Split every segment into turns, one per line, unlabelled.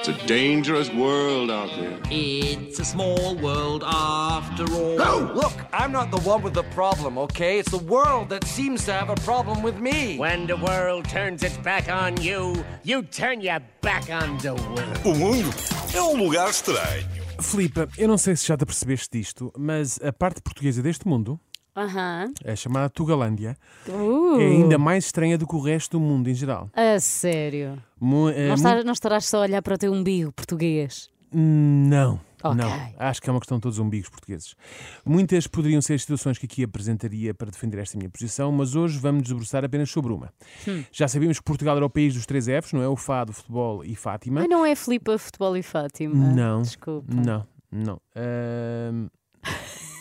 It's a dangerous world out there.
It's a small world after all.
Look, I'm not the one with the problem, okay? It's the world that seems to have a problem with me.
When the world turns its back on you, you turn your back on the world.
O mundo é um lugar estranho.
Filipa, eu não sei se já te percebeste disto, mas a parte portuguesa deste mundo,
Aham.
a chamada Tugalândia,
Uh,
é ainda mais estranha do que o resto do mundo em geral.
A sério.
Mu- é
Não,
muito-
estar- não estarás só a olhar para o teu umbigo português.
Não.
Ok.
Não, acho que é uma questão de todos os umbigos portugueses. Muitas poderiam ser as situações que aqui apresentaria para defender esta minha posição, mas hoje vamos debruçar apenas sobre uma.
Hum.
Já sabíamos que Portugal era o país dos três Fs, não é? O Fado, futebol e Fátima.
Mas não é Filipa Futebol e Fátima.
Não.
Desculpa.
Não, não.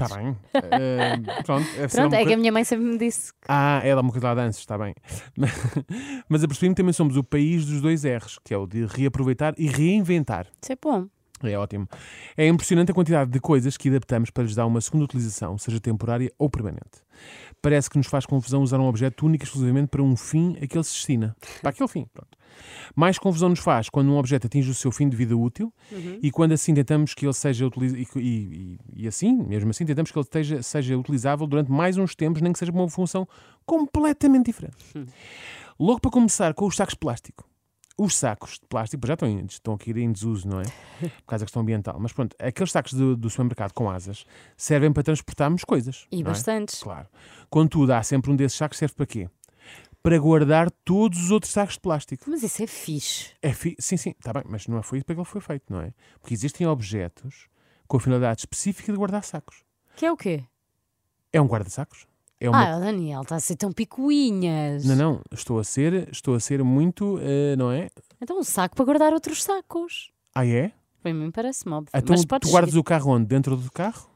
Está bem. Ahm, pronto, é, será
Pronto,
um
é que
boca-
a minha mãe sempre me disse que
Ah, é dá uma coisa lá danças, está bem. Mas, mas apercebi-me que também somos o país dos dois R's, que é o de reaproveitar e reinventar.
isso é bom.
É ótimo. É impressionante a quantidade de coisas que adaptamos para lhes dar uma segunda utilização, seja temporária ou permanente. Parece que nos faz confusão usar um objeto único e exclusivamente para um fim a que ele se destina. Para aquele fim, pronto. Mais confusão nos faz quando um objeto atinge o seu fim de vida útil e quando assim tentamos que ele seja utilizado, e, e- e assim, mesmo assim, tentamos que ele esteja- seja utilizável durante mais uns tempos, nem que seja para uma função completamente diferente. Logo para começar com os sacos de plástico. Os sacos de plástico já estão, em- estão aqui em desuso, não é? Por causa da questão ambiental. Mas pronto, aqueles sacos do, do supermercado com asas servem para transportarmos coisas.
E
não é?
bastantes.
Claro. Contudo, há sempre um desses sacos que serve para quê? Para guardar todos os outros sacos de plástico.
Mas isso é fixe.
É fi- Sim, sim, está bem, mas não foi isso para que ele foi feito, não é? Porque existem objetos com a finalidade específica de guardar sacos.
Que é o quê?
É um guarda-sacos? É
Ah, o Daniel está a ser tão picuinhas.
Não, não, estou a ser, estou a ser muito, eh, não é?
Então um saco para guardar outros sacos.
Ah, é?
Para mim parece-me óbvio.
Então
Mas
tu
podes
guardas o carro onde? Dentro do carro?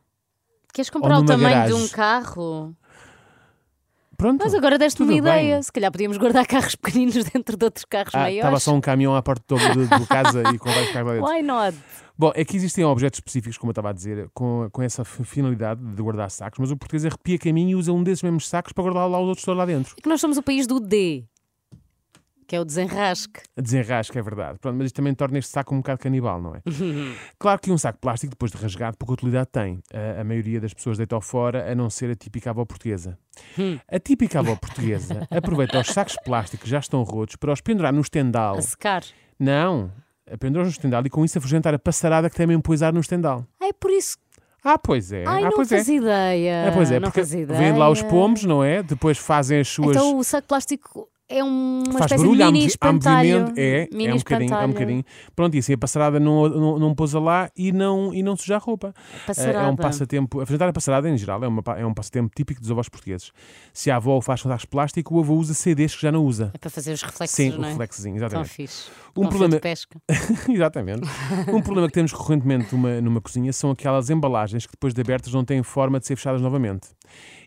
Queres comprar o
numa
tamanho de
garagem.
um carro?
Pronto.
Mas agora deste-me uma
Tudo bem.
ideia. Se calhar podíamos guardar carros pequeninos dentro de outros carros
Ah, estava
maiores.
só um caminhão à porta do, do, do casa e com vários carros lá dentro.
Why not?
Bom, é que existem objetos específicos, como eu estava a dizer, com, com essa f- finalidade de guardar sacos, mas o português arrepia caminho e usa um desses mesmos sacos para guardar lá os outros todos lá dentro.
É que nós somos o país do D, que é o desenrasque.
Desenrasca, é verdade. Pronto, mas isto também torna este saco um bocado canibal, não é? claro que um saco de plástico, depois de rasgado, pouca utilidade tem. A, a maioria das pessoas deita-o fora, a não ser a típica avó portuguesa.
Hum.
a típica avó portuguesa aproveita os sacos de plástico que já estão rotos para os pendurar no estendal.
A secar.
Não, a pendurar no estendal e com isso afugentar a passarada que também pôs ar no estendal.
Ah, é por isso.
Ah, pois é.
Ai,
ah,
não
pois
faz
é.
ideia.
Ah, pois é,
não
porque
faz ideia.
vêm lá os pomos, não é? Depois fazem as suas.
Então o saco de plástico é uma
faz
espécie
barulho,
de
há
mini
movi- há
espantalho.
movimento. É,
mini
é um bocadinho, é um
espantalho.
bocadinho. Pronto, e assim a passarada não, não, não pousa lá e não, e não suja a roupa.
Passarada.
É um passatempo. Apresentar a passarada em geral é, uma pa- é um passatempo típico dos avós portugueses. Se a avó faz sacos de plástico, o avô usa CDs que já não usa.
É para fazer os reflexos,
Sim,
não
o
é?
reflexinho,
Tão
exatamente.
fixe.
Um
Confio
problema-
de pesca.
Exatamente. Um problema que temos correntemente numa, numa cozinha são aquelas embalagens que depois de abertas não têm forma de ser fechadas novamente.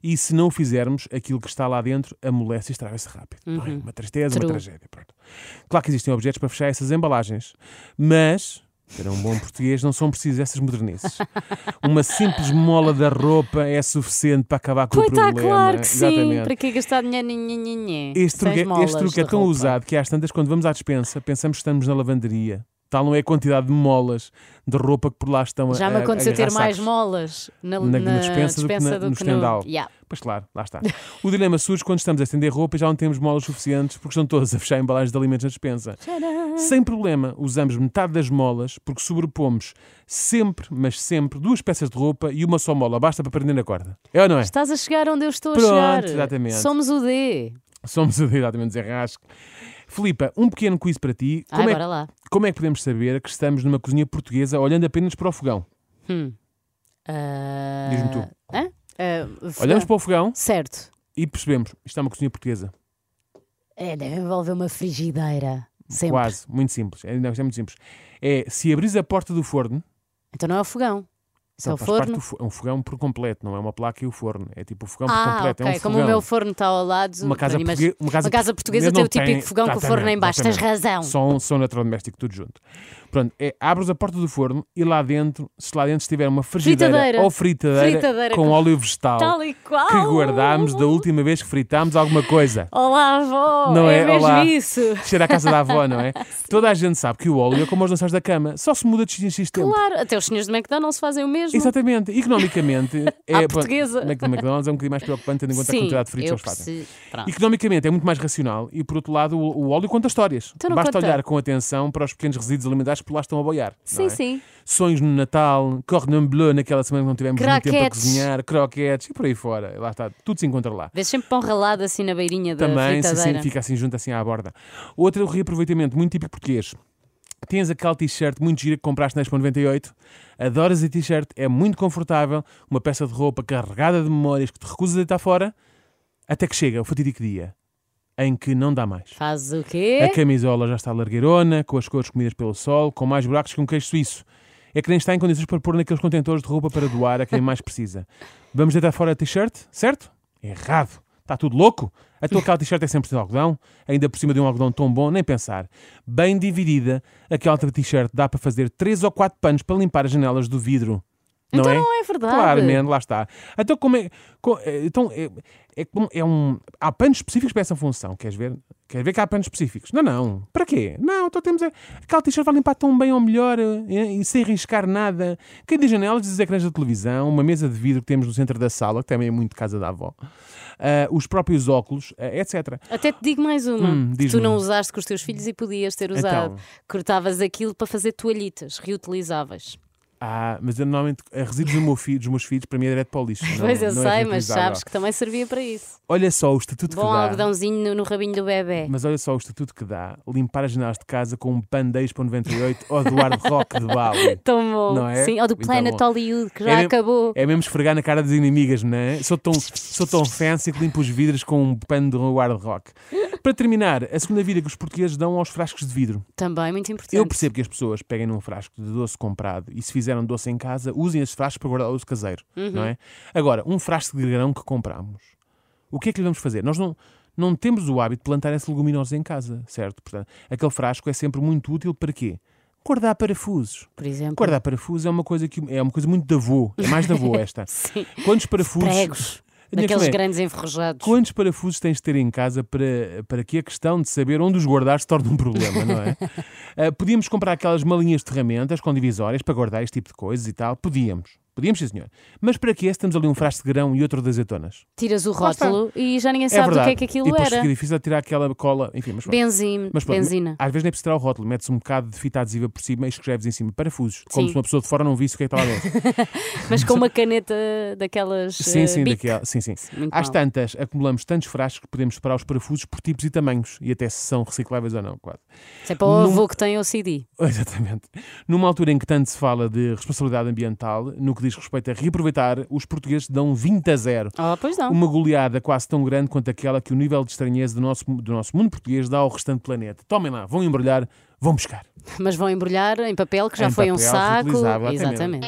E se não o fizermos, aquilo que está lá dentro amolece e estraga-se rápido. Não é? Uma tristeza,
Uhum. True.
uma tragédia. Pronto. Claro que existem objetos para fechar essas embalagens, mas, para um bom português, não são precisas essas modernices. Uma simples mola da roupa é suficiente para acabar com
Pois
o
está,
problema.
claro que sim.
Exatamente.
Para que é gastar dinheiro? Nhe, nhe, nhe, nhe.
Este
Sem
truque, é-
molas
este truque é
de
tão
roupa.
usado que às tantas, quando vamos à dispensa, pensamos que estamos na lavandaria. Tal não é a quantidade de molas de roupa que por lá estão a
Já me
eh, a- a
aconteceu ter
agarrar
mais
sacos.
molas na,
na
na
despensa do que na- no
do que no.
estendal.
Yeah.
Pois claro, lá está. O dilema surge quando estamos a estender roupa e já não temos molas suficientes porque estão todas a fechar embalagens de alimentos na dispensa. Sem problema, usamos metade das molas porque sobrepomos sempre, mas sempre, duas peças de roupa e uma só mola. Basta para prender na corda. É ou não é?
Estás a chegar onde eu estou
Pronto,
a chegar.
exatamente.
Somos o D.
Somos exatamente desenrasque. Filipa, um pequeno quiz para ti.
Ai,
Como é que-
bora lá.
Como é que podemos saber que estamos numa cozinha portuguesa olhando apenas para o fogão?
Ah,
Diz-me tu.
hã? Ah, f-
Olhamos para o fogão
Certo.
e percebemos, isto é uma cozinha portuguesa.
É, deve envolver uma frigideira. Sempre.
Quase, muito simples. É, não, isto é muito simples. É, se abris a porta do forno,
Então não é o fogão. Isso é
não,
o
faz parte
forno.
do fo- é um fogão por completo, não é uma placa e o forno. É tipo o fogão por
Ah,
completo.
ok.
É um fogão.
Como o meu forno está ao lado.
uma casa,
pronto, mas-
portugue- uma casa,
uma casa portuguesa
não
tem o típico fogão com o forno é
exatamente,
em baixo. Tens
exatamente.
razão.
Só um, só um eletrodoméstico, tudo junto. Pronto, é, abres a porta do forno e lá dentro, se lá dentro estiver uma frigideira
Fritadeira.
ou fritadeira,
Fritadeira
com
com-
óleo vegetal
Tal e qual.
que guardámos da última vez que fritámos alguma coisa.
Olá, avó.
Não é?
mesmo
Olá.
isso.
Cheira à casa da avó, não é? Toda a gente sabe que o óleo é como os lençóis da cama, só se muda de X em X tempo.
Claro, até os senhores do McDonald's fazem o mesmo.
Exatamente. Economicamente, é,
À
pronto,
portuguesa.
Mac- McDonald's é um bocadinho mais preocupante, tendo em conta a
Sim,
quantidade de fritos
eu
que eles fazem.
preciso- Pronto.
Economicamente é muito mais racional e, por outro lado, o, o óleo conta histórias.
Então não
Basta
conta.
olhar com atenção para os pequenos resíduos alimentares que por lá estão a boiar. não
Sim,
é?
sim.
Sonhos no Natal, cordon bleu naquela semana que não tivemos muito tempo a
Croquetes.
cozinhar, croquetes e por aí fora. Lá está, tudo se encontra lá.
Vês sempre pão ralado assim na beirinha da
Também, sim,
fritadeira.
sim, fica assim junto, assim à borda. Outro reaproveitamento muito típico português. Tens aquele t-shirt muito gira que compraste na Expo 98, adoras a t-shirt, é muito confortável, uma peça de roupa carregada de memórias que te recusas a deitar fora, até que chega o fatídico dia em que não dá mais.
Faz o quê?
A camisola já está largueirona, com as cores comidas pelo sol, com mais buracos que um queijo suíço. É que nem está em condições para pôr naqueles contentores de roupa para doar a quem mais precisa. Vamos deitar fora a t-shirt, certo? Errado. Está tudo louco? A tua calça t-shirt é sempre de algodão, ainda por cima de um algodão tão bom, nem pensar. Bem dividida, aquela t-shirt dá para fazer três ou quatro panos para limpar as janelas do vidro. Não
Então
é?
não é verdade.
Claramente, lá está. Então, como é. co- é, então, é, é como- é um, há panos específicos para essa função, queres ver? Queres ver que há panos específicos? Não, não. Para quê? Não, então temos. A, aquela t-shirt vai limpar tão bem ou melhor é, e sem arriscar nada. Quem diz janelas diz ecrãs da televisão, uma mesa de vidro que temos no centro da sala, que também é muito casa da avó, ah, os próprios óculos, ah, etc.
Até te digo mais uma.
Hum,
que tu
diz-me.
não usaste com os teus filhos e podias ter usado.
Então.
Cortavas aquilo para fazer toalhitas reutilizáveis.
Ah, mas eu normalmente a resíduos do meu filho- dos meus filhos para mim é direto para o lixo. Não-
pois eu
não é
sei, mas
reutilizável.
sabes que também servia para isso.
Olha só o estatuto
Bom
que dá.
algodãozinho no, no rabinho do bebê.
É. Mas olha só o estatuto que dá limpar as janelas de casa com um pan de para 98 ou do ar de rock de Bali.
Tão bom.
Não é?
Sim, ou do
Então,
Planet
bom.
Hollywood, que já
mesmo-
acabou.
É mesmo esfregar na cara das inimigas, não é? Sou tão, sou tão fancy que limpo os vidros com um pano de hard rock. Para terminar, a segunda vida que os portugueses dão aos frascos de vidro.
Também é muito importante.
é- Eu percebo que as pessoas peguem num frasco de doce comprado e se fizeram doce em casa, usem esse frasco para guardar o uso caseiro,
Uhum.
não é? Agora, um frasco de grão que compramos, o que é que lhe vamos fazer? Nós não, não temos o hábito de plantar essa leguminosa em casa, certo? Portanto, aquele frasco é sempre muito útil para quê? Guardar parafusos.
Por exemplo.
Guardar parafusos é uma coisa que é uma coisa muito da avô, é mais da avô esta.
Sim.
Quantos parafusos?
Pregos.
A minha
Daqueles
questão é,
grandes enferrujados.
Quantos parafusos tens de ter em casa para, para que a questão de saber onde os guardar se torne um problema, não é? Ah, podíamos comprar aquelas malinhas de ferramentas com divisórias para guardar este tipo de coisas e tal? Podíamos. Podíamos, sim, senhor. Mas para que esse temos ali um frasco de grão e outro de azeitonas?
Tiras o
Lá está.
rótulo e já ninguém
é
sabe do
verdade.
que é que
e
aquilo
depois
era.
fica difícil tirar aquela cola. Enfim, mas pronto.
Benzine,
Mas pronto,
benzina.
Às vezes nem precisa tirar o rótulo, metes um bocado de fita adesiva por cima e escreves em cima parafusos, como
Sim.
se uma pessoa de fora não visse o que é que está lá dentro.
Mas com uma caneta daquelas.
Sim,
eh,
sim,
Bic.
daquela. Sim, sim.
muito
Às
mal.
tantas, acumulamos tantos frascos que podemos separar os parafusos por tipos e tamanhos e até se são recicláveis ou não, quase.
Isso é para o
Num-
avô que tem OCD.
Exatamente. Numa altura em que tanto se fala de responsabilidade ambiental, no que diz respeito a reaproveitar, os portugueses dão 20 a 0.
Ah, pois não.
Uma goleada quase tão grande quanto aquela que o nível de estranheza do nosso, do nosso mundo português dá ao restante planeta. Tomem lá, vão embrulhar, vão buscar.
Mas vão embrulhar em papel, que já
Em
foi um
papel,
saco.
reutilizável, até mesmo.
Exatamente.